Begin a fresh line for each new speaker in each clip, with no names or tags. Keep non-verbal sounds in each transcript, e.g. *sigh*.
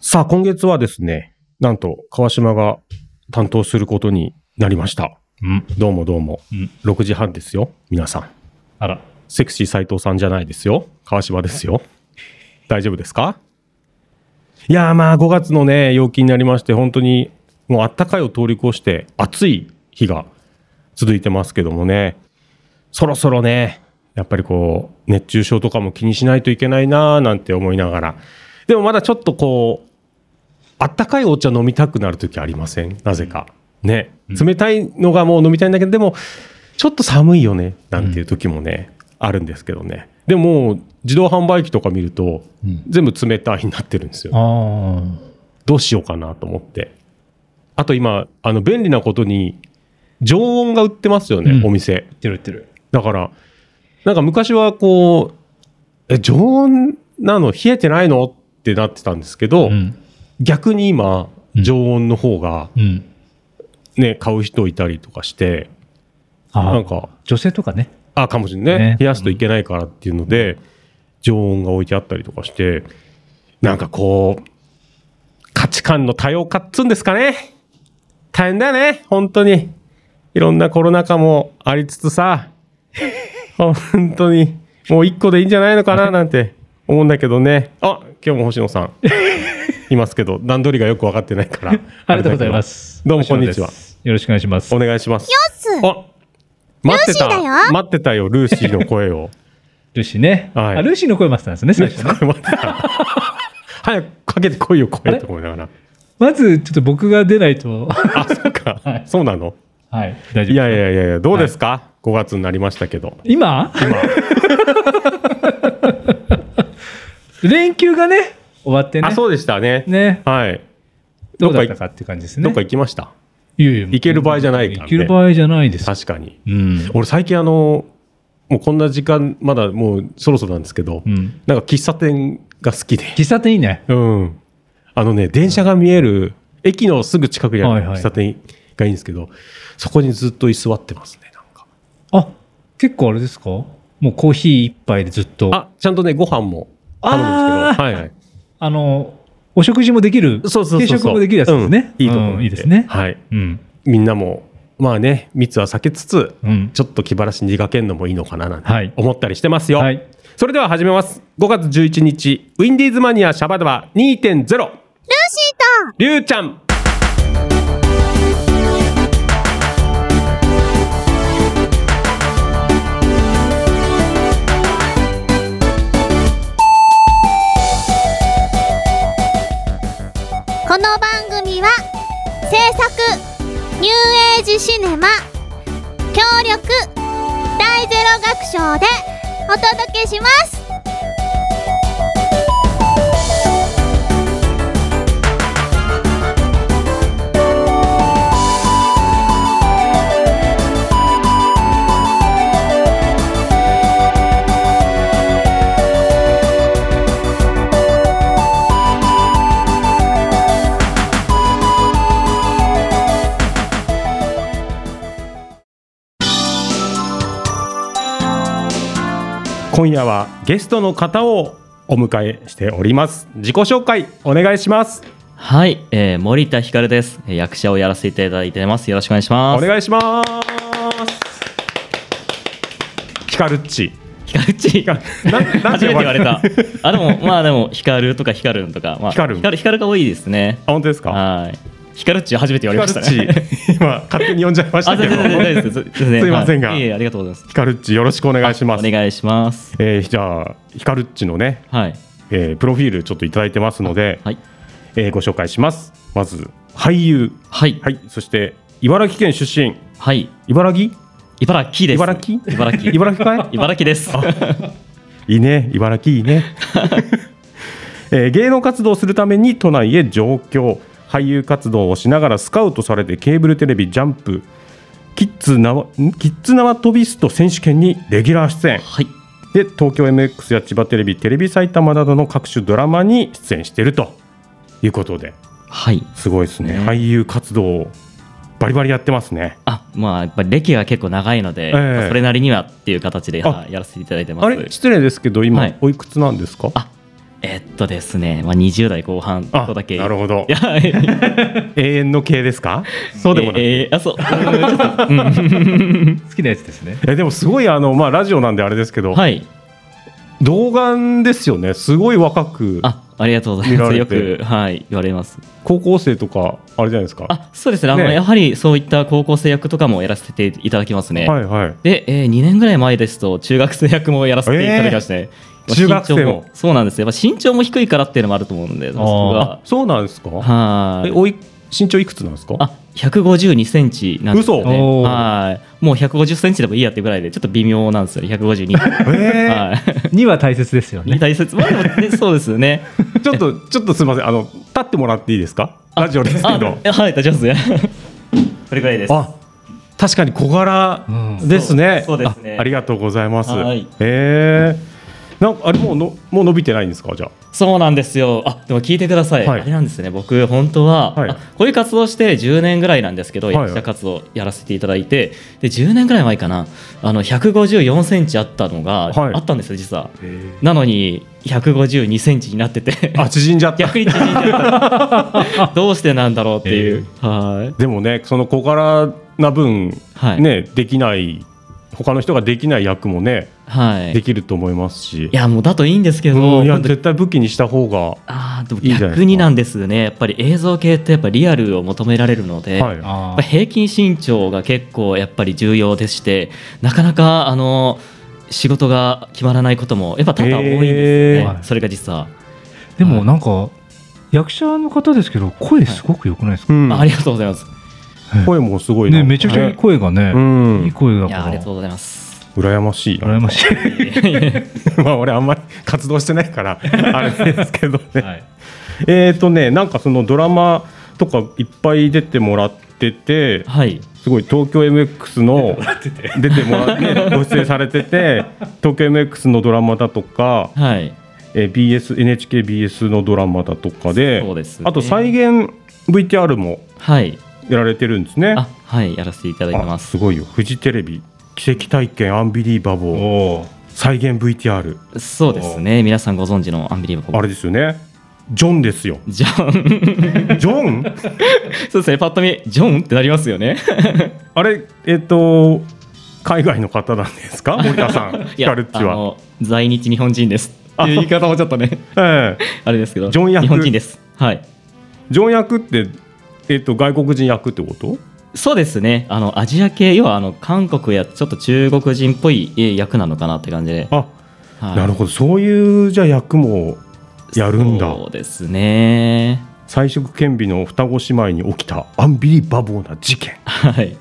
さあ、今月はですね、なんと、川島が担当することになりました。
うん。
どうもどうも。
うん
6時半ですよ、皆さん。
あら。
セクシー斉藤さんじゃないですよ。川島ですよ。大丈夫ですかいやーまあ5月のね、陽気になりまして、本当にもうあったかいを通り越して暑い日が続いてますけどもね、そろそろね、やっぱりこう、熱中症とかも気にしないといけないなーなんて思いながら、でもまだちょっとこう、あったかいお茶飲みたくなる時ありませんなぜか。ね。冷たいのがもう飲みたいんだけど、でも、ちょっと寒いよね、なんていう時もね、あるんですけどね。でも、自動販売機とか見ると、
うん
全部冷たいになってるんですよ。
あ
どうしようかなと思って。あと今、あの、便利なことに、常温が売ってますよね、
うん
お店。
あ。いってるいってる。
だから、なんか昔はこう、え、常温なの冷えてないのってなってたんですけど、
うん。
逆に今、
うん
常温の方が
うん。
ね、買う人いたりとかして、
あ
なんか、
女性とかね。
あ、かもしれないね。
ね
冷やすといけないからっていうので、常温が置いてあったりとかして、なんかこう、価値観の多様化っつうんですかね。大変だよね、本当に。いろんなコロナ禍もありつつさ、本当に、もう一個でいいんじゃないのか
*laughs*
ななんて思うんだけどね。あ、今日も星野さん、いますけど、段取りがよく分かってないから。
*laughs* ありがとうございます。
どうもこんにちは
星野です。よろしくお願いします
お。願いします。あ待ってた
ルーシーだよ
待ってたよ、ルーシーの声を。
ルーシーね。
はい
あルーシーの声待ってたんですね、最初ね。
待ってた。早くかけてこいよ、声と思いながら。
まず、ちょっと僕が出ない
*laughs*
と。
あ、そうか、
はい
そうなの
はい。大丈夫。
いやいやいやいや、どうですか、五 ?5 月になりましたけど。
今今。 *laughs* 連休がね、終わってね。
あ、そうでしたね。
ね。
はい。
ど
ど
う
っ
だ
か行
ったかっていう感じですね。
どっか行きました、
いやいや
行ける場合じゃないからね
行ける場合じゃないです。
確かに。
うん。
俺最近あの、もうこんな時間、まだもうそろそろなんですけど、
うん
なんか喫茶店が好きで。
喫茶店いいね。
うん。あのね、電車が見える、駅のすぐ近くにあ
はい
る
はい
喫茶店がいいんですけど、そこにずっと居座ってますね、なんか。
あ、結構あれですかもうコーヒー一杯でずっと。
あ、ちゃんとね、ご飯も頼むんですけど、はいはい。
あの、お食事もできる、
そうそうそうそう。
軽食もできるやつですね。
うんいいところ、
うんいいですね。
はい。
うん。
みんなも、まあね、密は避けつつ、
うん。
ちょっと気晴らしにかけんのもいいのかななん
はい
て思ったりしてますよ。
はい
それでは始めます。5月11日、ウィンディーズマニアシャバダバ2.0、
ルーシーと
りゅうちゃん。
この番組は制作ニューエイジシネマ協力大ゼロ学賞でお届けします
今夜はゲストの方をお迎えしております。自己紹介お願いします。
はい、えー、森田ひかるです。えー役者をやらせていただいてます。よろしくお願いしま
お
す。
願いします。ヒカルッチ。
ひかるっち。
な
初めて言われた。あ、でも、まあ、でも、ひかるとかひかるんとか、まあ、
ひかるん
ひかる、ひかるが多いですね。
あ、本当ですか。
はい。ひかるっち、初めて言われました
ヒカル
ね。
ッチ、今勝手に呼んじゃいまし
あ、
たけ
全
ど *laughs*
然、。全然、全然です。す
すいませんが
はいいえいえ、ありがとうございます。
ヒカルッチよろしくお願いします。
お願いします。
えーじゃあヒカルッチのね、
はい。
えープロフィールちょっといただいてますので、
はい。
えーご紹介します。まず俳優、
はい。
はい、そして茨城県出身、
はい。
茨城？
茨城です。
茨城
茨城。
茨城かい？
茨城です。
いいね、茨城いい *laughs* ね。えー芸能活動をするために都内へ上京俳優活動をしながらスカウトされてケーブルテレビジャンプキッズ縄んキッズ縄跳びスト選手権にレギュラー出演
はい。
で東京 MX や千葉テレビテレビ埼玉などの各種ドラマに出演しているということで
はい。
すごいですね
ね
俳優活動をバリバリやってますね
あ、まあ、やっぱり歴が結構長いので、
ええ
まあそれなりにはっていう形で、
あ
はいやらせていただいてます。
あれ失礼ですけど今、
はい
おいくつなんですか
あえっとですね、まあ、20代後半
あ
とだけ。
なる
ほ
ほど
*laughs* いや、
永遠の系ですかそうでもない、え
えーあ、そう。うんちょ
*laughs*
っとうん
好きなやつですね。
でもすごいあの、まあ、ラジオなんであれですけど、
はい。
童顔ですよねすごい若く
あ、ありがとうござい
見
ま
ら
す。
れ
よ
て
く、はい、言われます。
高校生とかあれじゃないですか
あ、そうですね。あの、
ね
やはり、そういった高校生役とかもやらせていただきますね。
はいはい
で、えー、2年ぐらい前ですと中学生役もやらせていただきまして、
えー
まあ
中学生も
身長そうなんですよ、まあ、身長も低いからっていうのもあると思うので
あー
あ
は
そうなんですか
は
え
い
おい身長いくつなんですか
あ152センチなんですよ
嘘
ね
おー
はいもう150センチでもいいやってぐらいでちょっと微妙なんですよね152
えー
はい
2は大切ですよね。
大切まあでも
*laughs*
ねそうですよね
ちょっとちょっとすみませんあの立ってもらっていいですかラジオですけ
あ
ど
はい大丈夫ですねこれぐらいです
あ確かに小柄
うん
ですね、
そうそうですね
あありがとうございます
はい
えー、なんかあれもうのもう伸びてないんですかじゃ
そうなんですよ。あ、でも聞いてください。
はい
あれなんですね。僕本当は、
はい
あこういう活動して10年ぐらいなんですけど、
はいはい
役者活動やらせていただいて、で10年ぐらい前かな、あの154センチあったのが、
はい
あったんですよ実は。
あ
なのに152センチになってて、
あ縮んじゃった
逆に縮んじゃった。どうしてなんだろうっていう。はい。
でもねその小柄な分ね、
はい
できない他の人ができない役もね
はい。
で
い
きると思いますし
やもうだといいんですけ
う
ど、
んいや
本当
絶対武器にした方が
あーでも
いいじゃないですか
逆になんですよね。やっぱり映像系ってやっぱリアルを求められるので。
はい
や
あ
っぱ平均身長が結構やっぱり重要でしてなかなかあの仕事が決まらないこともやっぱ多々多いんですよね、
へー
それが実は、
ーでもなんか、役者の方ですけど、声すごく良くないです
う
か、
ん
あありがとうございます
声もすごいな
ね、めちゃくちゃいい声が
う
ね、いい
ん
声だ
い
か
や
ら。
ありがとうございます
羨ましいな
羨ましい。
*laughs* まあ俺あんまり活動してないから
*laughs*
あれですけどね、
はい
えっとねなんかそのドラマとかいっぱい出てもらってて
はい
すごい東京 MX
*laughs*
の出てもらってご出演されてて東京 MX のドラマだとか
はい
えー BS、NHKBS のドラマだとかで、
そうですね
あと再現 VTR も
はい
やられてるんですね。
あはいやらせていただいて
あ
ます
すごいよ、フジテレビ、奇跡体験アンビリーバボー、
おー
再現 VTR、
そうですね皆さんご存知のアンビリーバボ
あ
ー。
れですよね、ジョンですよ
ジョン *laughs*
ジョン
そうですねパッと見ジョンってなりますよ *laughs* ね
あれ、えっ、と、海外の方なんです
*laughs*
か、森田さん、
い
ヒ
や
カルッチ
あ
は。
の在日日本人ですっていう言い方もちょっとね *laughs*
ええ
あれですけど
ジョン役
日本人ですはい
ジョン役って、えっ、と、外国人役ってこと
そうですねあのアジア系要はあの韓国やちょっと中国人っぽいえー役なのかなって感じで、
あ、
はい
なるほど、そういうじゃあ役もやるんだ。
そうですね *laughs*
才色兼備の双子姉妹に起きたアンビリバボーな事件
はい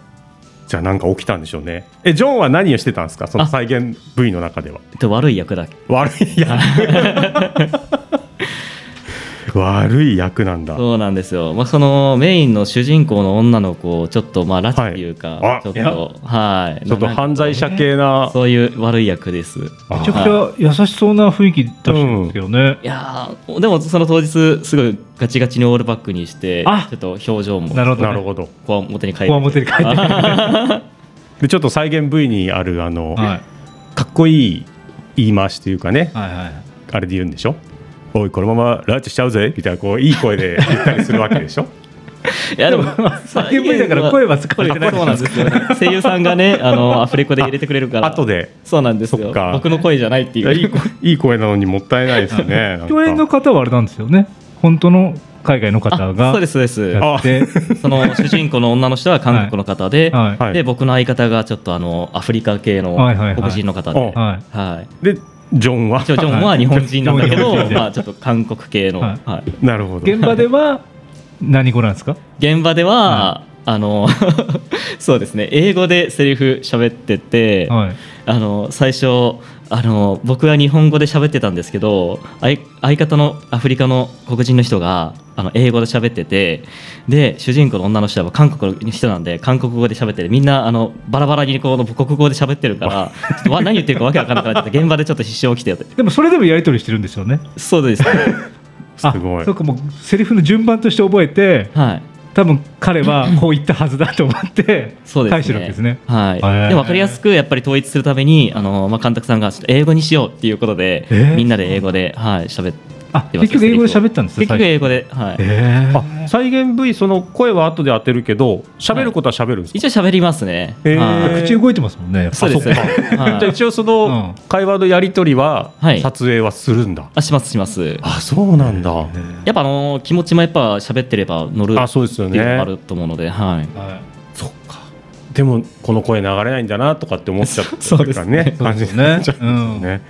じゃあなんか起きたんでしょうねえジョンは何をしてたんですかその
あ
再現部位の中では
えっと悪い役だ
悪い役悪い役なんだ
そうなんですよ、まあ、そのメインの主人公の女の子をちょっとまあ拉致っていうか、
はいあ
ちょっとはい
ちょっと
なんか
犯罪者系な
そういう悪い役です
めちゃ
あ
くちゃ優しそうな雰囲気出してるんですけどね。
いやーでもその当日すごいガチガチにオールバックにして
あ
ちょっと表情も
なるほど、ね。
なるほど
こわもてに変え
こわ
て
もてに書いてあ
でちょっと再現部位にあるあの、
る。はい。
かっこいい言い回しというかね
はいはい。
あれで言うんでしょおいこのままラッチしちゃうぜみたいなこういい声で言ったりするわけで
*laughs*
しょ
いやでも
叫ぶだから声は使われてない
そうなんですよね声優さん
*laughs*
がねあのアフレコで入れてくれるから
後で
そうなんです
そ
よ
っか
僕の声じゃないって
い
い
や
う
いい声いい声なのにもったいないですねなんか
共演の方はあれなんですよね。本当の海外の方が
そうですそうです
やって、
その主人公の女の人は韓国の方で、
はい
はい
で僕の相方がちょっとあのアフリカ系の
はいはいはい
黒人の方で、はい
は
でジョンは
一応ジョンは日本人なんだけど、
はい
まあ、ちょっと韓国系の、
は
はいい
なるほど
い。現場では何語なんですか。
現場では、あの *laughs* そうですね英語でセリフ喋ってて、
はい。
あの最初あの僕は日本語で喋ってたんですけど相相方のアフリカの黒人の人があの英語で喋っててで主人公の女の人は韓国の人なんで韓国語で喋っててみんなあのバラバラにこの母国語で喋ってるからちょっとわ何言ってるかわけわかんなくなっちゃって現場でちょっと失笑起きてて
でもそれでもやり取りしてるんですよね。
*laughs* そうです、
すごい
あそうかもうセリフの順番として覚えて、
はい
多分彼はこう言ったはずだと
*laughs*
思って
そうですね
返してるわけですね。
はい、
へー
で分かりやすくやっぱり統一するためにあの、まあ、監督さんがちょっと英語にしようっていうことで、
えー
みんなで英語で、はい、喋っ
あ
出ま
結
し
局
た
英語で
セリフを
喋ったんです
結
よ最
局
初
英語で、はい、
えー
あ再現 V その声は後で当てるけど喋ることは喋るんですか、
一応喋りますね、
へー
はい
口動いてますもんね
そうですね、
*laughs*
は
じゃあ
い、
一応その会話のやり取りは
はい
撮影はするんだ、
あしますします
あそうなんだ、
やっぱあの気持ちもやっぱ喋ってれば乗る
あそうですよ
っていうのもあ
ね
ると思うので、はい、
は
そっかでもこの声流れないんだなとかって思っちゃった
そうですね
なんか
そう
感じ
です
にな
ね
っちゃう
うん
ね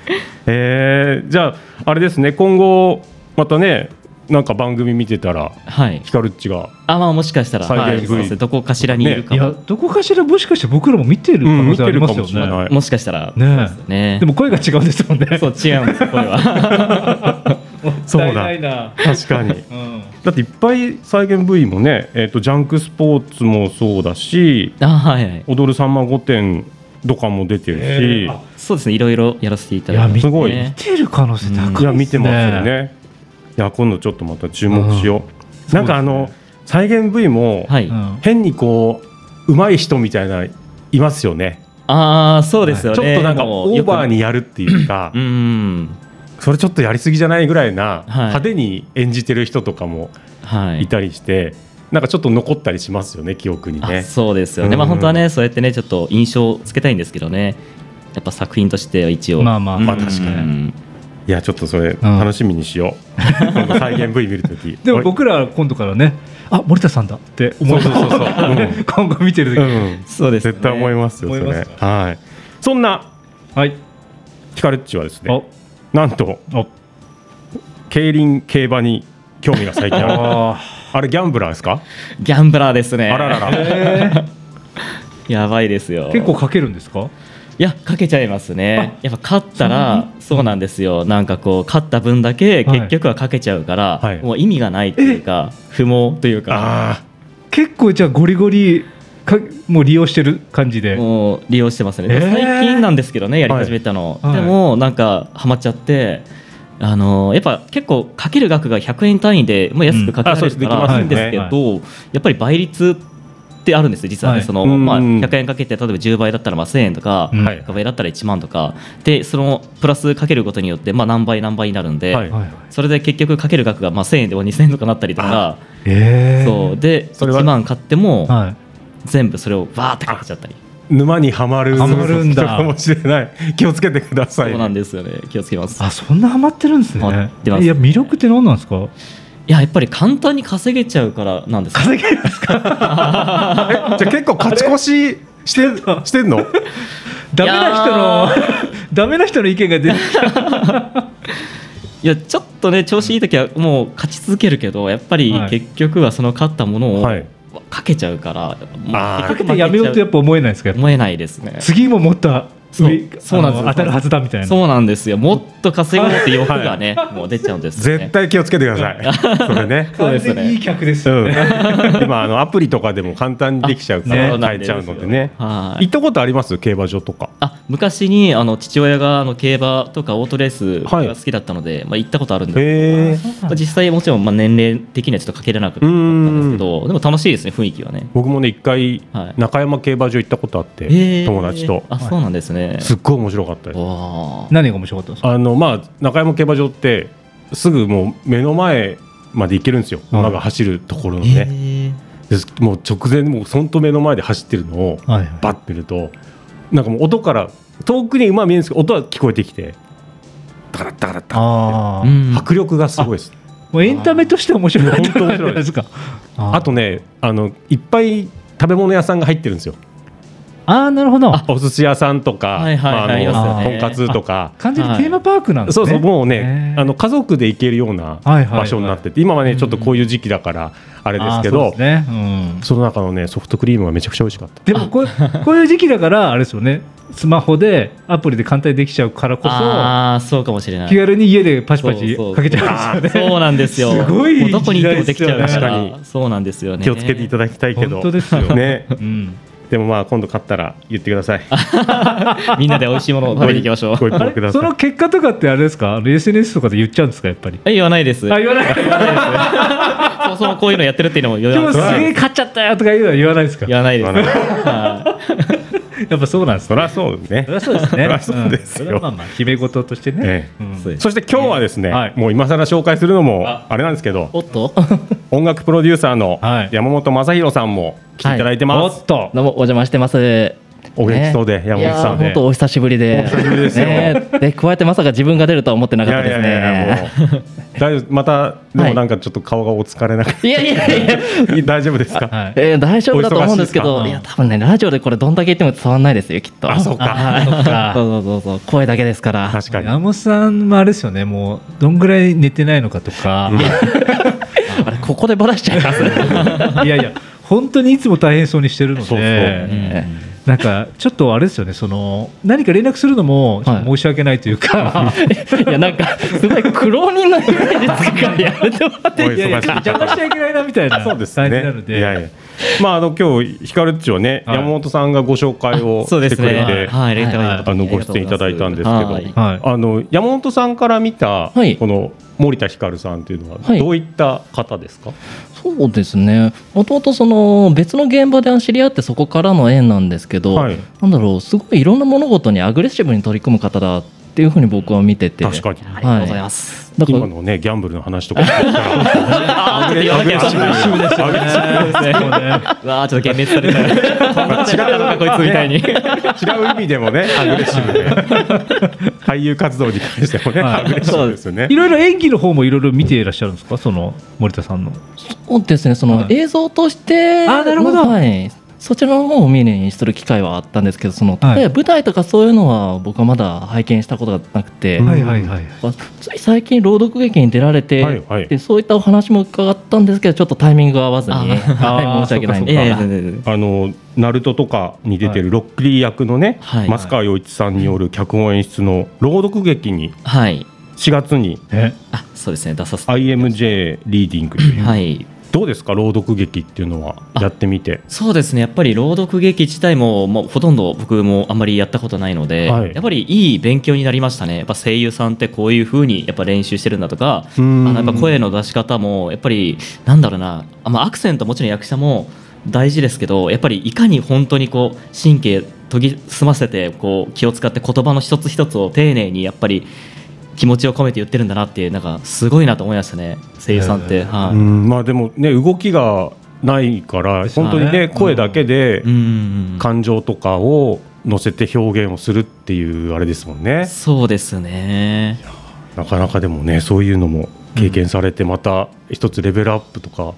えーじゃああれですね今後またねなんか番組見てたら
はい、
ヒカルっちが
あまあもしかしたら、
再現
はい
V
そうですねどこかしらにいるか
い
も、
やどこかしらもしかして僕らも見てる可
うん
能
見て
性あり
るか
ます
も
よ
しれ
ね
ない、
もしかしたら、
ね
ね
えでも声が違うんですもんね *laughs*
そう違うんですこれは
そうだ
もったいないな
確かに
うん
だっていっぱい再現部位もね、えー、とジャンクスポーツもそうだし
あはいはい
「踊るさんま御殿」とかも出てるし、
えーあ
そうですねいろいろやらせていた
いや
だいて
見
すごい
見てる可能性高いですね
いや見てますよねいや今度ちょっとまた注目しよう、
うん
なんかあ
そう
の、
です
再現部位も、
はい、
うん
変にこう上手い人みたいないますよね
ああそうです
ちょ
よ
っ
ね、
となんか
も
オ
うよ
ー
く
バーにやるっていうか
う、ん
それちょっとやりすぎじゃないぐらいな、
はい
派手に演じてる人とかも
はい
いたりして、なんかちょっと残ったりしますよね記憶に
あ
ね。
そうですよね、
うん
まあ本当はねそうやってねちょっと印象をつけたいんですけどねやっぱ作品としては一応
まあまあ
うん
まあ確かにいやちょっとそれ
ん
楽しみにしよ
*laughs*
う、今度再現 V 見るとき
でも僕らは今度からねあ森田さんだって思
そううそうそうそう、うん
今後見てる時、
うん
そうですね
絶対思いますよそ
思い
れ
ますか
はいそんな
はい
ヒカルッチはです
お
ねなんと
お
競輪競馬に興味が最近あるあれギャンブラーですか
ギャンブラーですね
あららら、
やばいですよ
結構かけるんですか
いやかけちゃいますねやっぱ勝ったらそうなんですよなんかこう勝った分だけ
はい
結局はかけちゃうから、
はい
もう意味がないっていうか不毛というか
あ
結構じゃあゴリゴリかもう利用してる感じで
もう利用してますね、
えー
最近なんですけどねやり始めたの、
はい
でもなんかハマっちゃってあのーやっぱ結構かける額が100円単位でもう安くかけられるか
うんあ
ら
そうです
いいんですけ
できます
ど、やっぱり倍率ってあるんですよ実はね、
はい
その
うん
まあ、100円かけて例えば10倍だったらまあ1000円とか、
うん
はい
100倍だったら1万とかでそのプラスかけることによってまあ何倍何倍になるんで、
はい
はいはい
それで結局かける額がまあ1000円でも2000円とかなったりとか
えー
そうで
それは
1万買っても
はい
全部それをバーってかけちゃったり
ー沼にはまる
はまるんだ
人かもしれない気をつけてください
そうなんですよね気をつけます
あそんなハマってるんですね
ハマってます
いや魅力って何なんですか
いややっぱり簡単に稼げちゃうからなんですよ
稼げるんですか
えじゃあ結構勝ち越ししてしてん
*laughs*
の
*laughs* ダメな人の *laughs* ダメな人の意見が出てきた
いやちょっとね調子いい時はもう勝ち続けるけどやっぱり
はい
結局はその勝ったものを
はい
かけちゃうから、
あー
もう
かけてやめようとやっぱ思えないですか
思えないですね
次ももっと上
そうそうなんで
あ
す
の
よ
当たるはずだみたいな
そうなんですよもっと稼ごうって欲がね、もう出ちゃうんですよね
絶対気をつけてくださいそれね
そうですね
完全にいい客です
う
よ
ん
ね、
*laughs*
今あのアプリとかでも簡単にできちゃうか
あ
ら
そう
な
変え
んです
ちゃ
よ
うのでね
はい
行ったことあります競馬場とか
あ昔にあの父親があの競馬とかオートレース
はい
が好きだったので、まあ、行ったことあるんですけど
へえ
実際もちろんまあ年齢的にはちょっとかけれなくなったんですけどでも楽しいですね雰囲気はね
僕もね一回
はい
中山競馬場行ったことあって、
へー
友達と
あそうなんですね
すっごい面白かったです
わー
何が面白かったんですか
あのまあ中山競馬場ってすぐもう目の前まで行けるんですよ、
はい
馬が走るところの
へ
ね、
ー
ですもう直前もうほんと目の前で走ってるのを
はい
バッて見るとなんかもう音から遠くに馬は見えるんですけど音は聞こえてきてダラッダラッダラ
ああ、
うん
迫力がすごいです
もうエンタメとして面白い。
本当面白い
ですか。
あとねあのいっぱい食べ物屋さんが入ってるんですよ
ああなるほど。
お寿司屋さんとか
はいはいはい
まああ
ありますよ
の
ね
とんかつとか
完全にテーマパークなんです
そ
ね。
うそうもうね
へー
あの家族で行けるような
はいはいはい
場所になってて今はねちょっとこういう時期だからあれですけ
あ
ど
ーそうですね。うん
その中のねソフトクリームがめちゃくちゃ美味しかった
でもこうこういう時期だからあれですよね。スマホでアプリで簡単にできちゃうからこそ
ああそうかもしれない
気軽に家でパチパチ
そうそう
かけちゃうんですよね。
そうなんですよ
すごい
もうどこに行ってもできちゃうか
時代ですよね確から
そうなんですよね
気をつけていただきたいけど
本当ですよ
ね
うん。
でもまあ今度買ったら言ってください
みんなで美味しいものを食べに行きましょう
ご一
あ
報く
れ
ださ
そ
い
の結果とかってあれですかあの ?SNS とかで言っちゃうんですかやっぱり。
え言わないです
あ言わない。
そもそもこういうのやってるっていうのも言わ
今
ない
日すげえ買っちゃったよとか言うのは言わないですか
言わないです
言わ
はい
やっぱそうなんです
そ
ね
りゃそうね
そりゃそうですね
そりゃそうですよ
んそれはまあまあ決め事としてね、
ええ
うん
そうです
そして今日はですね、
はい
もう今更紹介するのも
あ
あれなんですけど
おっと
音楽プロデューサーの
はい
山本雅弘さんも来ていただいて
お
ます、
っと
どうもお邪魔してます。
お元気そうで
ね
山本さん
いやー本当お久しぶりで。
お久しぶりですよ
ねで加えてまさか自分が出るとは思ってないかった
やい
で
やいや
すね。
もう *laughs* 大丈夫またで
は
も
い
なんかちょっと顔がお疲れなくて、
いやいやいや。
*laughs* 大丈夫ですか、
はい
えー大丈夫だと思うんですけ
お忙
ど、
し
い
いですか
や多分ねラジオでこれどんだけ言っても伝わんないですよきっと。
あそう
*laughs*
か
あそっか
そうそうそうそう声だけですから。
確かに
山本さんもあれですよねもうどんぐらい寝てないのか
*laughs*
と
*laughs*
か
あれここでバラしちゃいます。 *laughs*
いやいや本当にいつも大変そうにしてるので
そうそう
え
なんかちょっとあれですよねその何か連絡するのも
はい
申し訳ないとい
*laughs*
うか、
ーいやなんかすごい苦労人のイメージつくからやめてもらっていい
お忙しい
ですか
ちょっと邪魔しちゃいけないなみたいな
*laughs* そう
感
で
じ
すね。
なので
いやいや。まああの今日ヒカルっちはね、
はい
山本さんがご紹介を
そうで
して
す
くれて
ね、はい、レンタカー
はい
あのご出演いただいたんですけど、
はい
はい
あの山本さんから見た、
はい
この森田ひかるさんっていうのは
はい
どういった方ですか？
そうですねもともとその別の現場で知り合ってそこからの縁なんですけど、
はい
なんだろうすごいいろんな物事にアグレッシブに取り組む方だっていうふうに僕は見てて
確かに。
ありがとうございます。
だから
今のねギャンブルの話とか聞いたらアグレアグレッシブ
アグレッシブ
アグレッシ
うわあちょっと幻滅さ
*laughs*
れた。こんな違ったのかこいつみたいに。
ブ違う意味でもねアグレッシブで俳優活動に関してもね
はい
アグレッシブですよね
い。ろいろ演技の方もいろいろ見ていらっしゃるんですかその森田さんの
そうですねその
はい
映像として
あなるほど
はい、そちらの方を見にする機会はあったんですけどその
はい
例えば舞台とかそういうのは僕はまだ拝見したことがなくて、
はいはい
はい
つい最近朗読劇に出られて、
はいはい
でそういったお話も伺ったんですけどちょっとタイミングが合わずに、
あ
はい、申し訳ない
*laughs*
ん
い
で
やいや全然全然
あのナルトとかに出てるロックリー役のね、
はい
マスカー陽一さんによる脚本演出の朗読劇に
はい。
4月に
ね
あそうですね出させて。
IMJ リーディングという
はい。
どうですか朗読劇っていうのはやってみて
そうですねやっぱり朗読劇自体ももうほとんど僕もあんまりやったことないので、
はい
やっぱりいい勉強になりましたねやっぱ声優さんってこういう風にやっぱ練習してるんだとかあ
うん
のやっぱ声の出し方もやっぱりなんだろうなあ、まあ、アクセントもちろん役者も大事ですけどやっぱりいかに本当にこう神経研ぎ澄ませてこう気を使って言葉の一つ一つを丁寧にやっぱり気持ちを込めて言ってるんだなっていうなんかすごいなと思いましたね声優さんって。
へー
は
う
い
んまあでもね動きがないから
ですね
本当にね
うん
声だけで
うんうんうん
感情とかを乗せて表現をするっていうあれですもんね
そうですね。
なかなかでもねそういうのも経験されてまた一つレベルアップとか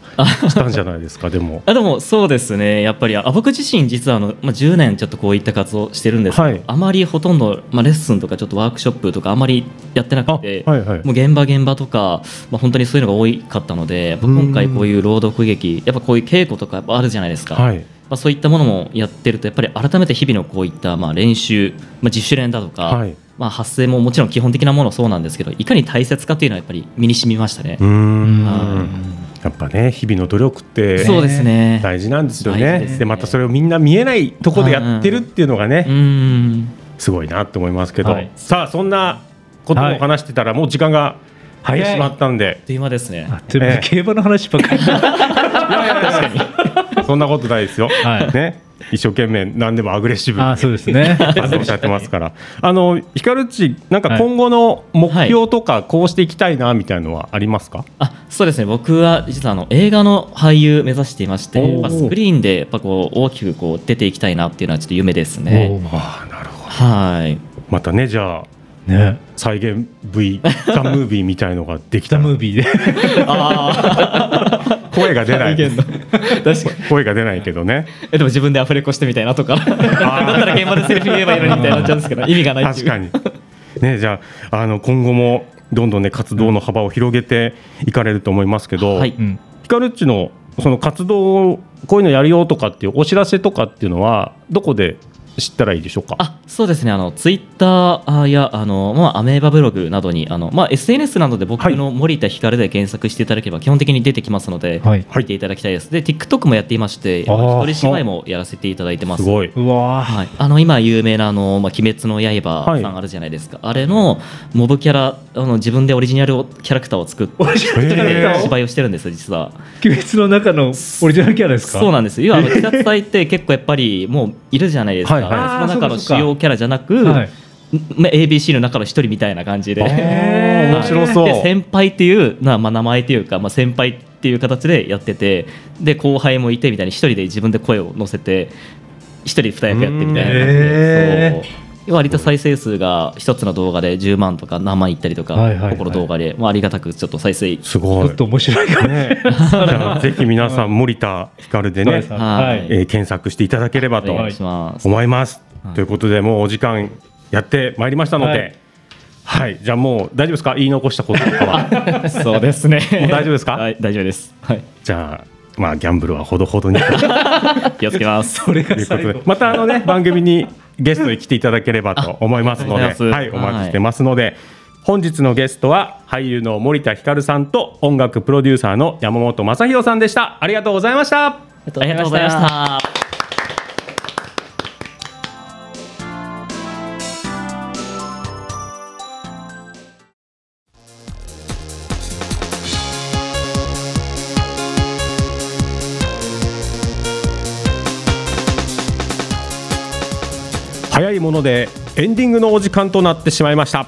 したんじゃないですかで
*laughs*
も
あでもそうですねやっぱりあ僕自身実はあの、まあ、10年ちょっとこういった活動をしてるんですけど、
はい
あまりほとんど、まあ、レッスンとかちょっとワークショップとかあまりやってな
あ
く
はい
て、
はい
もう現場現場とか、まあ、本当にそういうのが多かったのでやっぱ今回こういう朗読劇やっぱこういう稽古とかやっぱあるじゃないですか、
はい
まあ、そういったものもやってるとやっぱり改めて日々のこういったまあ練習、まあ、自主練だとか、
はい
まあ、発声ももちろん基本的なものそうなんですけどいかに大切かというのはやっぱり身に染みましたね
う。ーん
は
やっぱね日々の努力って
そうですね
大事なんですよ
大
ねで
事ですね
またそれをみんな見えないとこでやってるっていうのがね、
うん
すごいなって思いますけど、
はい
さあそんなことも話してたらもう時間が入ってしまったんで、
という間ですね
あ。っという間に
ええ
競馬の話ばっかり
そんなことないですよ、
はい
ね、一生懸命何でもアグレッシブに
あ *laughs* そうですね
*laughs* 活動しちゃってますからあのヒカルっちなんか今後の目標とかこうしていきたいなみたいのはありますか、
あそうですね僕は実はあの映画の俳優目指していまして
おー
まあスクリーンでやっぱこう大きくこう出ていきたいなっていうのはちょっと夢ですね。
ああなるほど
はい
またねじゃあ
ね
再現 V ザ・ムービーみたいのができた
ザ・
ら
ムービーで
声が出ない
再現の確
*laughs*
かに
声が出ないけどね
えでも自分でアフレコしてみたいなとかだったら現場でセリフ言えばいいのにみたいになっちゃうんですけど意味がないってい
確
う
かに。ね、じゃああの今後もどんどんね活動の幅を広げていかれると思いますけど、
はい
うん
ヒカルっちのその活動をこういうのやるよとかっていうお知らせとかっていうのはどこで知ったらいいでしょうか。
あそうですねあのツイッターあやあの、まあ、アメーバブログなどにあの、まあ、SNS などで僕の森田ひかるで検索していただければ基本的に出てきますので、
はい
見ていただきたいですで TikTok もやっていまして
あー
一人芝居もやらせていただいてます
すごい。
うわー
はい、あの今有名なあの、まあ、鬼滅の
は
刃
い
さんあるじゃないですか、あれのモブキャラあの自分でオリジナルをキャラクターを作って
オリジナルキャラクターを
芝居をしてるんですよ実は
鬼滅の中のオリジナルキャラですか
そうなん
*laughs*
んです要はあの鬼殺隊って結構やっぱりもういるじゃないですか、
はい
から、
はいはい
はい
その中の主要キャラじゃなく、
はい、
ま ABC の中の一人みたいな感じで。
へー面白そう
で先輩っていうな、まあ、名前っていうか、まあ、先輩っていう形でやっててで後輩もいてみたいに一人で自分で声を乗せて一人二役やってみたいな感
うん
じ
へ
でそう割と再生数が一つの動画で10万とか何万いったりとか、
はいはいはい
ここの動画で、まあ、ありがたくちょっと再生
す
ち
ご
ょ
い
っと面白いかも
ね、じゃあぜひ皆さん森田ひかるでね、
はい
は
え
い
ー検索していただければと
お願いします。
思います。
い
ということでもうお時間やってまいりましたので、はい、じゃあもう大丈夫ですか言い残したこととか
*laughs*
は
*laughs* そうですね。
もう大丈夫ですか
はい、大丈夫です。はい、
じゃあまあギャンブルはほどほどにと
気をつけます。
それが
いうこ
最
と
後
でまたあのね番組にゲストに来ていただければと思いますので
ありがとうご
は
ざ
い
い
お
ます
待ちしてますので、本日のゲストは俳優の森田ひかるさんと音楽プロデューサーの山本雅弘さんでしたありがとうございました
ありがとうございました。
早いものでエンディングのお時間となってしまいました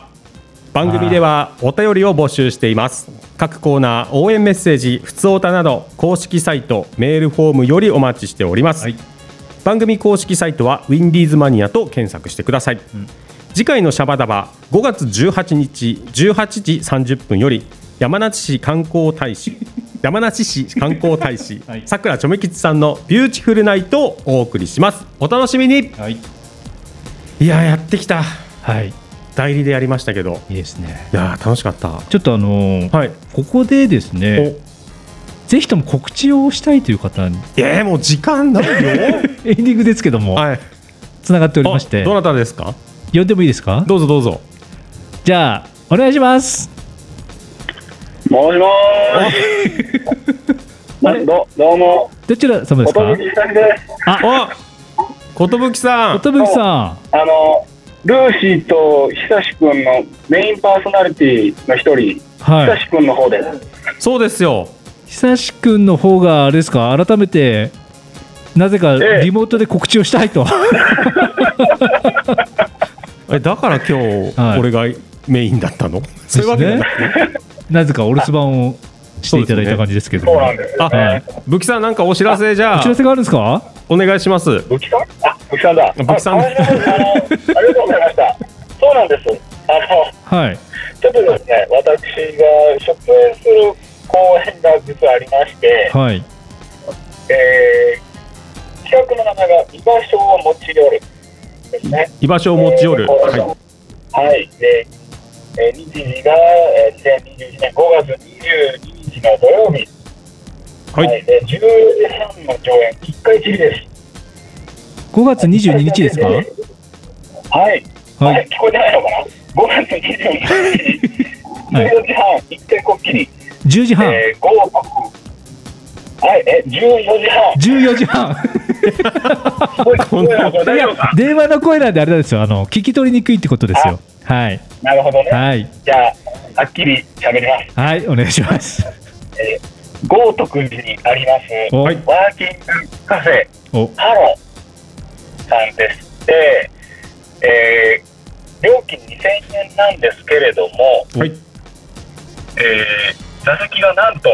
番組ではお便りを募集しています各コーナー応援メッセージふつおたなど公式サイトメールフォームよりお待ちしております、
はい
番組公式サイトはウィンディーズマニアと検索してください、次回のシャバダバ5月18日18時30分より山梨市観光大
*laughs*
使山梨市観光大使
はい
さくらちょめきちさんのビューティフルナイトをお送りしますお楽しみに
はい、
いややってきた
はい、い
代理でやりましたけど
いですね
いやー楽しかった
ちょっとあのー
はい
ここでです
お
ねぜひとも告知をしたいという方に
えー、もう時間ないよ
エンディングですけど
*laughs*
も
はい
つながっておりまして
あどなたですか
呼んでもいいですか
どうぞどうぞ
じゃあお願いします
もしもーし。ど、どうも。
どちら様で
お
す
と
か
ぶきさんです。
あ寿さん
おとぶきさ
あの、ルーシーと久しくんのメインパーソナリティの一人、
んは
久
い
しくんの方です。
そうですよ
久しくんの方があれですか改めてなぜか
ええ
リモートで告知をしたい
*laughs*
と
えだから今日、
はい
俺がメインだったのそういうわけじゃない
なぜかお留守番をしていただいた感じですけど
そう
も
なんです。
あ、
はい
武器さんなんかお知らせじゃ
お
あ
知らせがあるんですか
お願いします
ぶきさんあ、ぶきさんだ。
ぶきさん
あああのありがとうござい
*laughs*
ました。そうなんです。あの、
はい
ちょっとですね、私が出演する公演が実はありまして、
はい
えー、企画の名前が居場所を持ち寄るですね。
居場所を持ち寄る、は
はい。で、えー、日時が、えー、2021年5月22日の土曜日、
い、はい
で10時半の上演、1回きりです。
5月22日ですか
はい。
は
あ
い
れ聞こえてないのかな ?5 月22日、
はい
14時半、1回こっきり、
10時半
えー、5はい、え、14時半。
14時半
聞こえ聞こえないのか大丈夫か
電話の声なんであれなんですよあの聞き取りにくいってことですよはい
なるほどね。
はい
じゃあ、はっきり喋ります。
はいお願いします
豪徳寺にあります、
お
ワーキングカフェ
お
ハロさんですで、えー料金2000円なんですけれども、
はい
えー座席がなんと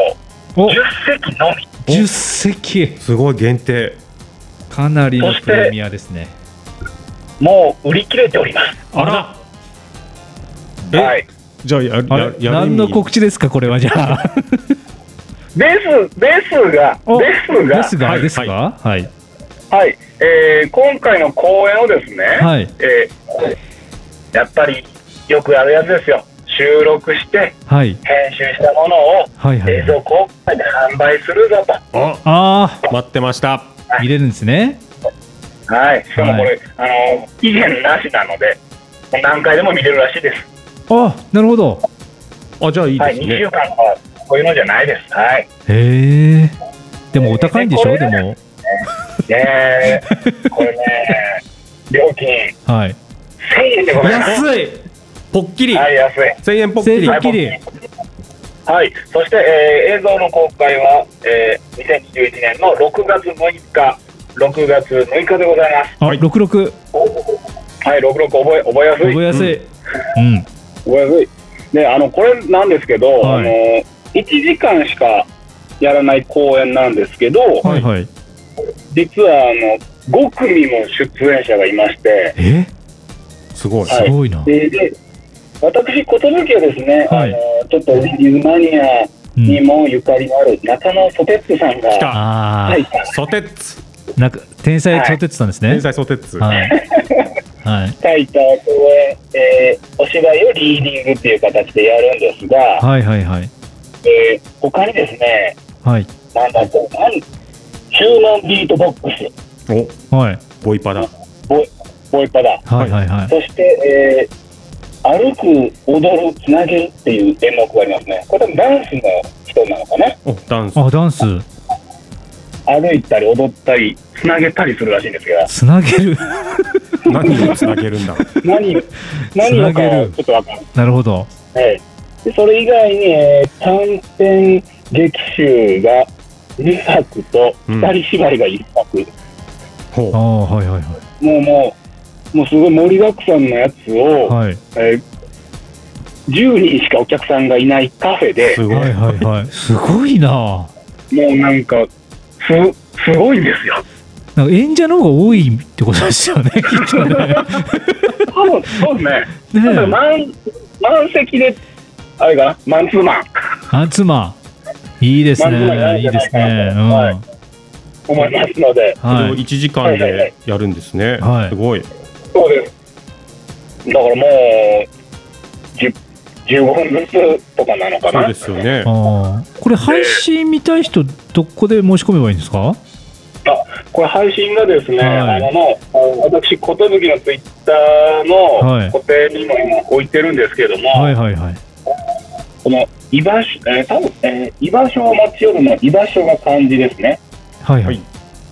お
10席のみ
10席
すごい限定
かなりのプレミアですね
もう売り切れております。
あらえ、
はい、
じゃあやや
あ
やる
れ
意味
何の告知ですかこれはじゃあ
レスレスが
お
レスが
ですが
はい
ですかはい
はい、えー今回の公演をですね、
はい
えーやっぱりよくあるやつですよ収録して
はい
編集したものを
はいはい
映像公開で販売するぞと、
あ
あ
待ってました
あ見れるんですね
はい、しかもこれ、あの期限なしなので、もう何回でも見れるらしいです。
あなるほど
あじゃあいい
は
で
い、
す
2
ね、
週間とか、こういうのじゃないです。はい、
へえでもお高いんでしょ
えー
でも *laughs*
ねえこれね、料金
はい
1000円でございます。
安い
ぽっきり、
はい、安い。
千円ぽっきり
千円ぽっきり
はい、そして、えー映像の公開は、えー、2021年の6月6日、6月6日でございます。
あ66
はい、66覚え覚えやすい。
覚えやすい。うん。
覚えやすい。で、あのこれなんですけど、
はい
あの1時間しかやらない公演なんですけど、
はいはい。
実はあの5組も出演者がいまして、
え
すごい。
はい
すごいな。
でで私、寿はですね、
はい
あのちょっとディズマニア
うん
にもゆかりのある中野ソテッツさんが
来た
あ
は
あ
い、
ソテッツ。
なんか天才とってたんですね
天。才ソテッツ。
はい。はい。
書いた公演、えーお芝居をリーディングっていう形でやるんですが、
はいはいはい。
えー他にですね、
はい。
なんだこう、なんヒューマンビートボックス、
お、
はい。
ボイパだ。
ボイボイパだ、
はいはいはい。
そして、えー歩く、踊る、つなげるっていう演目がありますね。これ多分ダンスの人なのかな
お、ダンス。
あ、ダンス。
歩いたり踊ったり、つなげたりするらしいんですが、
つなげる。 *laughs*
何につなげるんだ。
何、何をか
つなげる
ちょっとわかんない。
なるほど。
はい、でそれ以外に、えー短編劇集が2作と
うん
二人芝居が1作、
*laughs* あ
ほ
あ、はいはいは
もうもうもうすごい盛りだくさんのやつを、
い。はい。
えー10人しかお客さんがいないカフェ
う。
です
ごい
は。いはいはい。すごいな。
もうなんかすすごいんですよ
なんか演者の方が多いってことですよね。きっとね。
多分そうです
ね
ね多分
え。
満満席であれかなマンツーマン
あ、妻。いいです
マンツーマンやら
ね。
ないきゃ
いです
な
ね
ら。
う。
なんい
は
思いますので
それを
い。
一時間でやるんですね。
はい
すごい。
そうですだからもう10 15分ずつとかなのか
そう
な
ですよね。
ああ。これ配信見たい人、どこで申し込めばいいんですか。
これ配信がですね、
はい
あのもう私、寿のツイッター
は
の
い
固定にも今置いてるんですけれども、
はいはいはい。
この居場所、えー多分えー居場所を待ちよるの居場所が漢字ですね。
はいはい。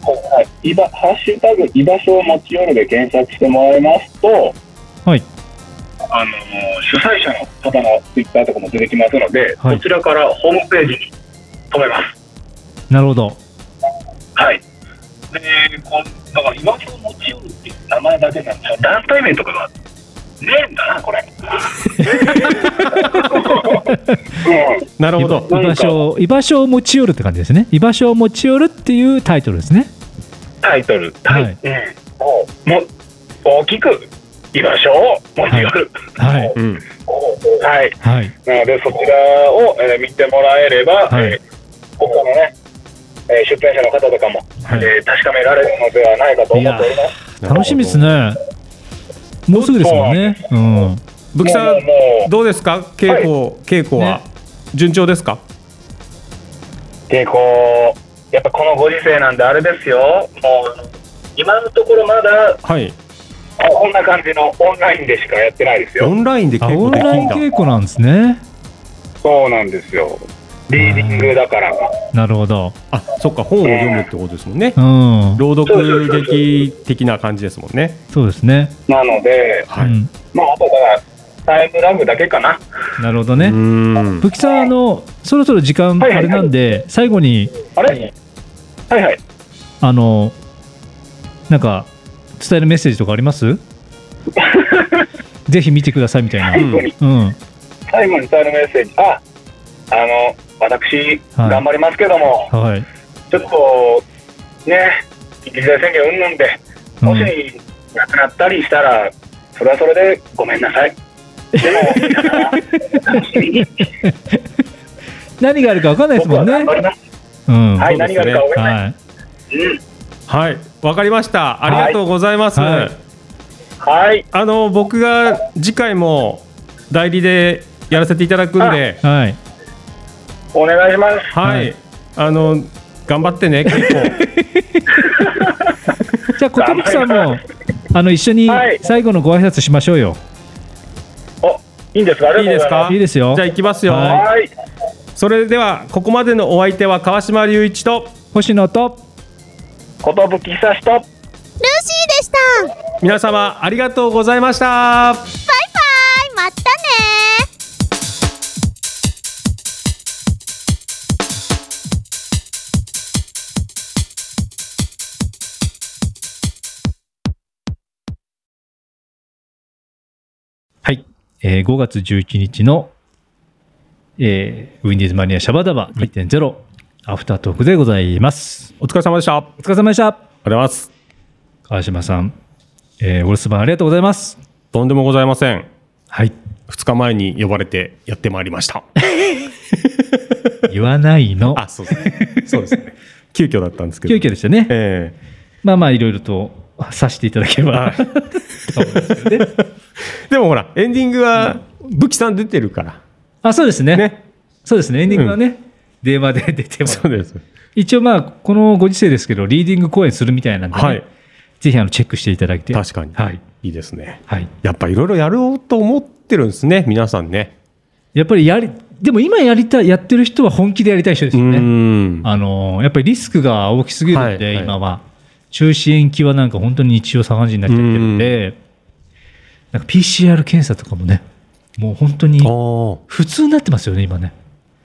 はい、居場ハッシュタグ居場所を待ちよるで検索してもらいますと、
はい
あのー主催者の方のツイッターとかも出てきますので、
はい
こちらからホームページに飛べます。
なるほど。
はい。で、こんだから、岩城持ち寄るっていう名前だけなんですよ。団体名とかがねえんだな、これ。うん、
なるほど。
居場所を居場所を持ち寄るって感じですね居場所を持ち寄るっていうタイトルですね
タイトル、タイ、
はい
うん、も大きく居場所を持ち寄る。
はい
うん。
はい。
はい
なので、そちらを、えー見てもらえれば、
はい
えー他のね、えー出演者の方とかも、
はい
えー確かめられるのではないかと思っております。
楽しみです。ねもうすぐですもんねうん
武木さ、
もうんもう
どうですか。稽古、稽古は
ね
順調ですか。
でこうやっぱこのご時世なんであれですよもう今のところまだ
はい。
こんな感じのオンラインでしかやってないです
オ
よ
ンラインで
あ
稽
オン
古でき
ライ
る
ン
んだ。
稽古なんですね
そうなんですよリーディングだから
なるほど
あ、そっか。本を読むってことですもんね
う。ん
朗読劇的な感じですもんね。
そうですね
なので
は
う
い。
ん、
まああとだからタイムラグだけかな
なるほど
う
ね
ん。
武器さんあのそろそろ時間あ
はいはい
れなんで、最後に
あれはいはい
あのなんか伝えるメッセージとかあります
*laughs*
ぜひ見てくださいみたい
最後に
なうん
最後に伝えるメッセージああの私
はい
頑張りますけども、
はい、
ちょっとね緊急事態宣言うんぬんで
うん
もし亡くなったりしたら、それはそれでごめんなさい。でも、楽しみに
何があるか分か *laughs* んないです
僕
も
は
んね
頑張ります。
うん
はい、
そうですね
何があるかわかんない。
はい、
うん
はい。わかりました。ありがとうございます。
はいはい
はい、
あの僕が次回も代理でやらせていただくんで、
はい、
お願いします。
はい、
はい
あの頑張ってね結構
じゃあ小手さんもあの一緒に
はい
最後のご挨拶しましょうよ、
お、いいんで
*laughs*
すか。ありがとうございま
い
い、いですよ
じゃあ行きますよ、
は
はい、
それではここまでのお相手は川島隆一と
星野と
ことぶきさしと。
ルーシーでしたバイバ
皆様ありがとうございました
イまたね
えー5月11日の、えーウィンディーズマニアシャバダバ2.0、アフタートークでございます。
お疲れ様でした。ありがと
お疲れ様でした。
うございます。
川島さん、えー、お留守番ありがとうございます。
とんでもございません。
はい。
2日前に呼ばれてやってまいりました。
言わないの。
*laughs* あ、そうですね。そうですね。急遽だったんですけど。
急遽でしたね。
ええ
まあまあ、いろいろとさせていただければ。と思うんですけどね
でもほら、エンディングは武器さん出てるから。
*laughs* あ、そうですね
ね。
そうですね。エンディングはね、電話で出てます
そうです。
一応まあ、このご時世ですけど、リーディング公演するみたいなんで、ね
はい
ぜひあのチェックしていただいて。
確かに。
はい。
いいですね。
はい。
やっぱいろいろやろうと思ってるんですね、皆さんね。
やっぱりやり、でも今やりたい、やってる人は本気でやりたい人ですよ
う
ね。
ん。
あのーやっぱりリスクが大きすぎるんで、
はいはい
今は。中止延期はなんか本当に日常茶飯事になっちゃってるんで、なんか PCR 検査とかもね、もう本当に
あー
普通になってますよね、今ね。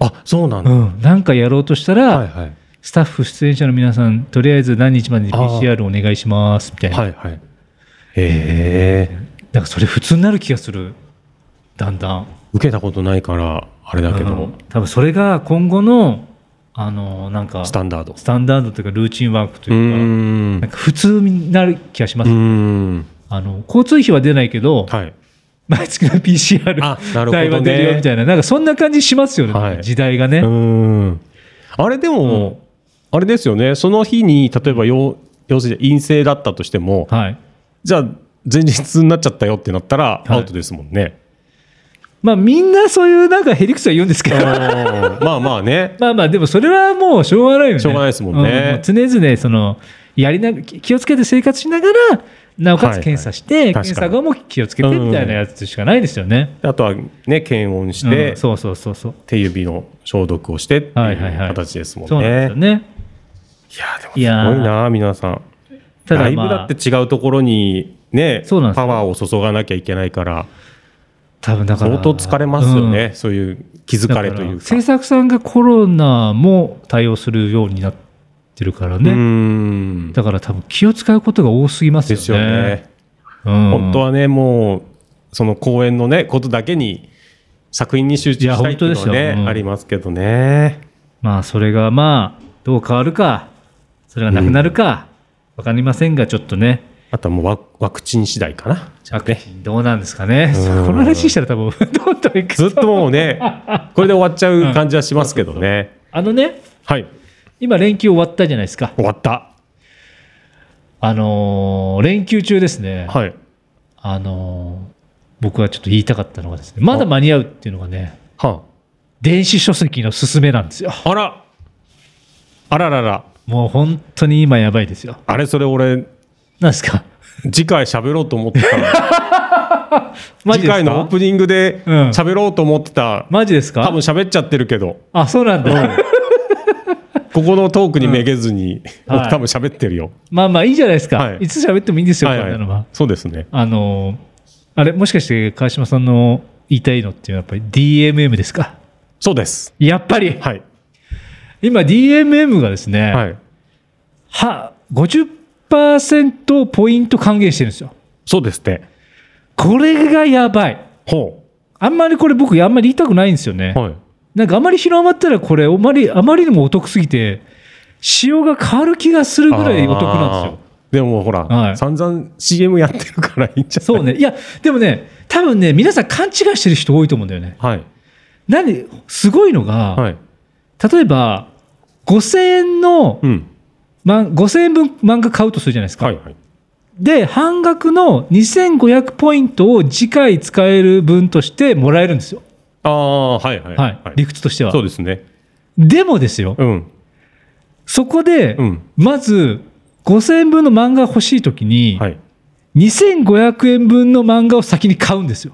あ、そうなん
う
だ。
ん。なんかやろうとしたら、
はいはい。
スタッフ、出演者の皆さん、とりあえず何日までに
あー
PCR お願いします、みたいな。
はいはい。へえ。
なんかそれ普通になる気がする。だんだん。
受けたことないから、あれだけ
う
ど
ん、多分それが今後の、あの、なんか、
ス
ス
タンダード。
タンダードというか、ルーチンワークと
う
いうか、
ん
なん。か普通になる気がします。
うん。
あの、交通費は出ないけど、
はい。
毎月の PCR
あなるほどね
代は出るよみたいな、なんかそんな感じしますよね、
はい
時代がね。
うん。あれでも、あれですよね。その日に、例えば陽、要するに陰性だったとしても、
はい。
じゃあ、前日になっちゃったよってなったら、
い
アウトですもんね。
まあみんなそういうなんかへりくつは言うんですけど、
うん *laughs* まあまあね。
まあまあでもそれはもうしょうがないよね。
しょうがないですもんね
う常々そのやりな気気をつけて生活しながらなおか
はいは
つ
い
検査し
確
て、
かに
検査後も気をつけてみたいなやつしかないですよね。
あとはね、検温し
う
て
ん、そうそうそうそう。
手指の消毒をしてって
はいいはいうはい
形ですもん
そうなんです
ね
よ。ね。
いやー
い
でも
やー
すごいなー皆さん。
た
だ
だ
いぶ
ま
だ
あ
っ、て違うところにね、
そうなんです
パ
よ
ワーを注がなきゃいけないから
多分だから
相当疲れますよね、
うん
そういう気づかれという
だら
か。
制作さんがコロナも対応するようになってるから
うー
ね。
ん
だから多分気を使うことが多すぎますよね。
ですよね。
うん
本当はねもうその公演のねことだけに作品に集中したいっていうのはい
や
ね、
本当ですようん
ありますけどね。
まあそれがまあどう変わるかそれがなくなるかわかりませんがちょっとね
あとはもうワワクチン次第かな。
ワクチンどうなんですかね
うん
この話したら多分 *laughs* どんどんいく
ずっともう
*laughs*
ねこれで終わっちゃう感じはしますけどね。
あのね
はい
今連休終わったじゃないですか
終わった。
あのー連休中ですね、
はい
あのー僕はちょっと言いたかったのがですねまだ間に合うっていうのがね
は
電子書籍の勧めなんですよ
あ、あらあららら
もう本当に今やばいですよ
あれそれ俺
なんですか
次回喋ろうと思ってたら
*laughs* マジ
次
ですか
回のオープニングで
うん
喋ろうと思ってた、
マジですか
多分喋っちゃってるけど
あそうなんだ、
ここのトークにめげずに、
うん
僕多分喋ってるよ、
まあまあいいじゃないですか、
はい
い、つ喋ってもいいんですよ、
はい
こんなの
は、
はい
そうですね
あの、あれ、もしかして川島さんの言いたいのっていうのはやっぱり DMM ですか
そうです
やっぱり、
はい
今 DMM がですね、
はい
は50%ポイント還元してるんですよ。
そうですね
これがやばい。
ほ
あんまりこれ僕あんまり言いたくないんですよね。
うはい
なんかあまり広まったらこれあまり、あまりにもお得すぎて、仕様が変わる気がするぐらいお得なんですよ
あー。でもほら、
はい
散々 CM やってるからいいんじゃない
そうね。いや、でもね、多分ね、皆さん勘違いしてる人多いと思うんだよね。
はい
何、すごいのが、
はい
例えば5000円の、
うん
ま、5000円分漫画買うとするじゃないですか、
はいはい
で半額の2500ポイントを次回使える分としてもらえるんですよ、
ああはいはい
はい理屈としては
そうですね
でもですよ、
うん
そこで、
うん
まず5000円分の漫画欲しい時に、
はい
2500円分の漫画を先に買うんですよ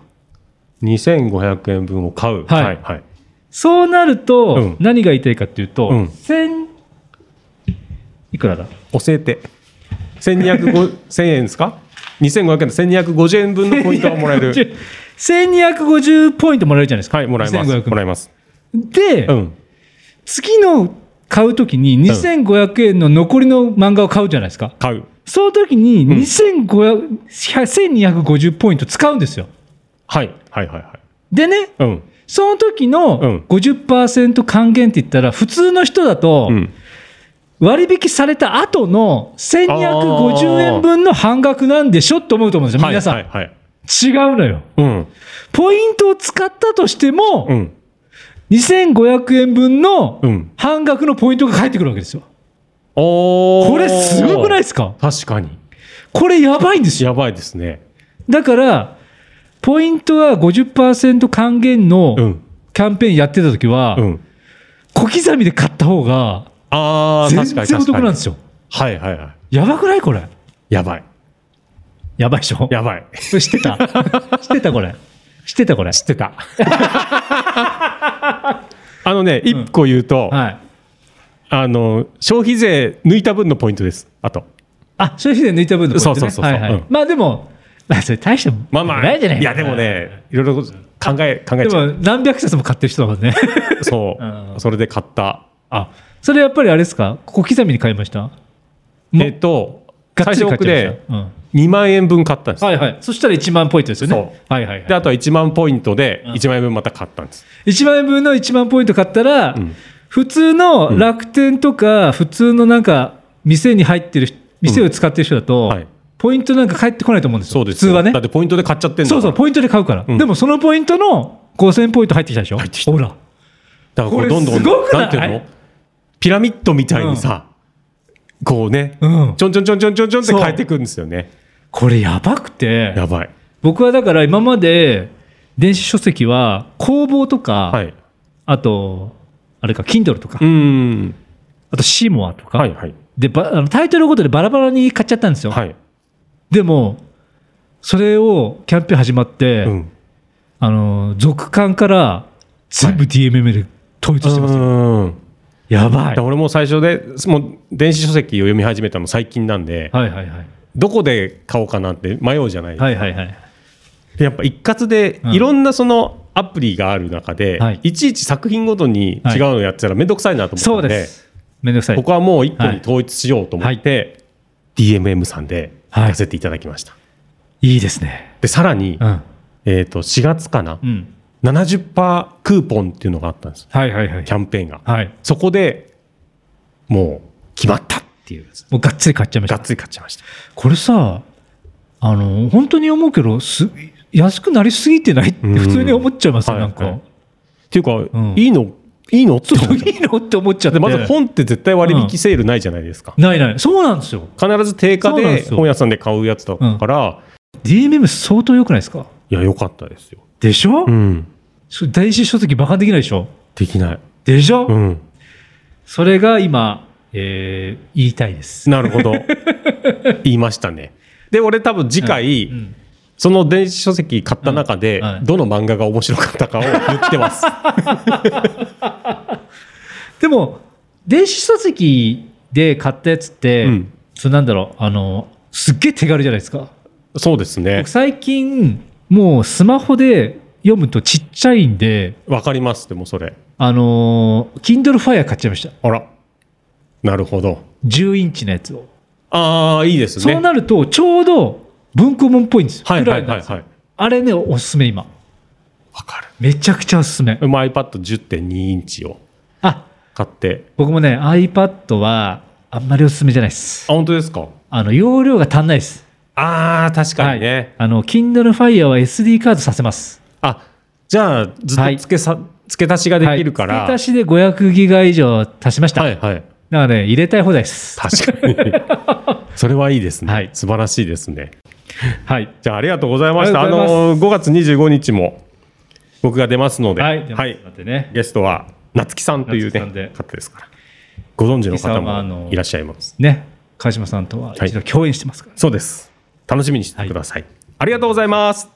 2500円分を買う
はい
はいはい
そうなると、
うん
何が言いたいかっていうと、
うん
1000いくらだ
教えて1250円ですか2500円と1250円分のポイントがもらえ
*laughs*
る
1250ポイントもらえるじゃないですか
はいもらえます
2500
もらえます
で、
うん
次の買うときに2500円の残りの漫画を買うじゃないですか。
買う
その時に2500、1250ポイント使うんですよ。
はいはいはいはい。
でね、
うん。
その時
う
の
ん
50%還元って言ったら、普通の人だと
う、ん。
割引された後の1250円分の半額なんでしょって思うと思うんですよ。皆さん。
はいはいはい。
違うのよ。
うん。
ポイントを使ったとしても、
うん。
2500円分の
うん
半額のポイントが返ってくるわけですよ。
おー
これすごくないですか
確かに。
これやばいんですよ。
やばいですね。
だから、ポイントは50%還元
う
の
ん。
キャンペーンやってた時は、
うん。
小刻みで買った方が、
ああ、
全
確かに
然お
確
得
か
なん
に
で。すよ。
はいはいはい。
やばくないこれ。
やばい。
やばいでしょ
やばい。
知って
*laughs*
た知ってたこれ。知ってたこれ。
知ってた。 *laughs* あのね、一個言うと、
はい。
あの、消費税抜いた分のポイントです。あと。
あ、消費税抜いた分のポイント、
そ
ね。
うそうそうそう
はいはい
うん
まあでも、まあ、それ大した
まあまあ、
ないじゃない
やでも。ね、いろいろ考え、考え
で
ちゃ
も
う。
何百冊も買ってる人だもんね。
そうう。
ん
それで買った。
あ、 *laughs* それやっぱりあれですか小刻みに買いましたも
えっと、
がっ
最
つり
初
買っ
僕
ちゃいま
で
したうん
2万円分買ったんです。
はいはい。そしたら1万ポイントですよね。
そ
はいはい
で、
は
あとは1万ポイントで1万円分また買ったんです。
い。1万円分の1万ポイント買ったら、
ん
普通の楽天とか、普通のなんか、店に入ってる人、店を使ってる人だと、
はい
ポイントなんか返ってこないと思うんですよ。
そうです
普通
よ
はね
だ。ってポイントで買っちゃってんだか
そ
ら
うそう、ポイントで買うから。
ん
でもそのポイントの5000ポイント入ってきたでしょ
入ってきた
ほら。
だからこ
こ
れ
れ
どんどん
すごくない
なんていうのピラミッドみたいにさ、こうね、
うん
ちょんちょんちょんちょんちょんちょんって
そう
変えていくんですよね
これやばくて、
やばい
僕はだから今まで電子書籍は工房とか、
はい
あと、あれか、Kindle とか、
うーん
あとシーモアとか、
はいはい
でばあのタイトルごとでバラバラに買っちゃったんですよ。
はい、
でも、それをキャンペーン始まって、
うん、
あの、続刊から全部 DMM で統一してますよ。
うーん
やばい。
俺も最初でもう電子書籍を読み始めたの最近なんで、
はいはいはい。
どこで買おうかなって迷うじゃない、
はいはいはい。
でやっぱ一括で
うん
いろんなそのアプリがある中で、
はい
い、ちいち作品ごとに違うのやってたら面倒くさいなと
そ
思った
う
んで,、
です。めんどくさい。
ここはもう一個に統一しようと思って、DMM さんで
はい
やせていただきました、
いいですね。
でさらに、
うん。
えー、と4月かな、
うん。
70%クーポンっていうのがあったんです
はいはいはい
キ。ャンペーンが、
はい。
そこでもう決まったっていうやつ
もうがっつり買っちゃいまし
が
た
っ。つり買っちゃいました
これさ、あの、本当に思うけど、す安くなりすぎてないって
うん
普通に思っちゃいますよ、
はい
なんか。
はいっていうか、
ん
いいのいい
*laughs*
のって
そ
思っ
う
ちゃっ
いいのって思っちゃ
た
って。
でまず本って絶対割引セールないじゃないですか、
ないない。そうなんですよ。
必ず定価
そうなん
で
ですよ
本屋さんで買うやつだから、
DMM 相当良くないですか
いや良かったですよ
でしょ、
うん
それ電子書籍バカできないでしょ
できない
でしょ、
うん
それが今、えー言いたいです。
なる
*laughs*
ほど言いましたねで俺多分次回、
ん
その電子書籍買った中で、
うんはい
どの漫画が面白かったかを言って
*laughs*
ます
でも、電子書籍で買ったやつって、
うん
それなんだろう、あの、すっげえ手軽じゃないですか。
そうですね
僕。最近もうスマホで読むとちっちゃいんで
わかります。でもそれ。
あのー Kindle Fire 買っちゃいました
あら。なるほど。
10インチのやつを、
ああ、いいですね。
そうなるとちょうど文庫本っぽいんですよ、
はいはい
ぐら
はいい
なんです
は
よ
い。
あれねおすすめ今
わかる。
めちゃくちゃおすすめ
でも iPad10.2 インチを
あ
買って。
僕もね iPad はあんまりおすすめじゃないです
あ、本当ですか
あの容量が足んないです
ああ、確かにね。
はい、あの Kindle Fire は SD カードさせます
あ、じゃあ、ずっと付けさ、付け足しができるから。
はい、付け足しで500ギガ以上足しました、
はいはい。
だからね入れたい放題です
確かに。それはいいですね、
はい
素晴らしいですね。
*laughs*
*laughs*
はい
じゃあ、ありがとうございました。
あ
あ
りがとうござい
の、5月25日も僕が出ますので。
はい、では
はい
待ってね
ゲストは夏木さんという、
夏木さんで
ね、方ですからご存知の方
夏木さんはあの
もいらっしゃいます
ね、川島さんとは一度共演してますから、
そうです楽しみにしててください、ありがとうございます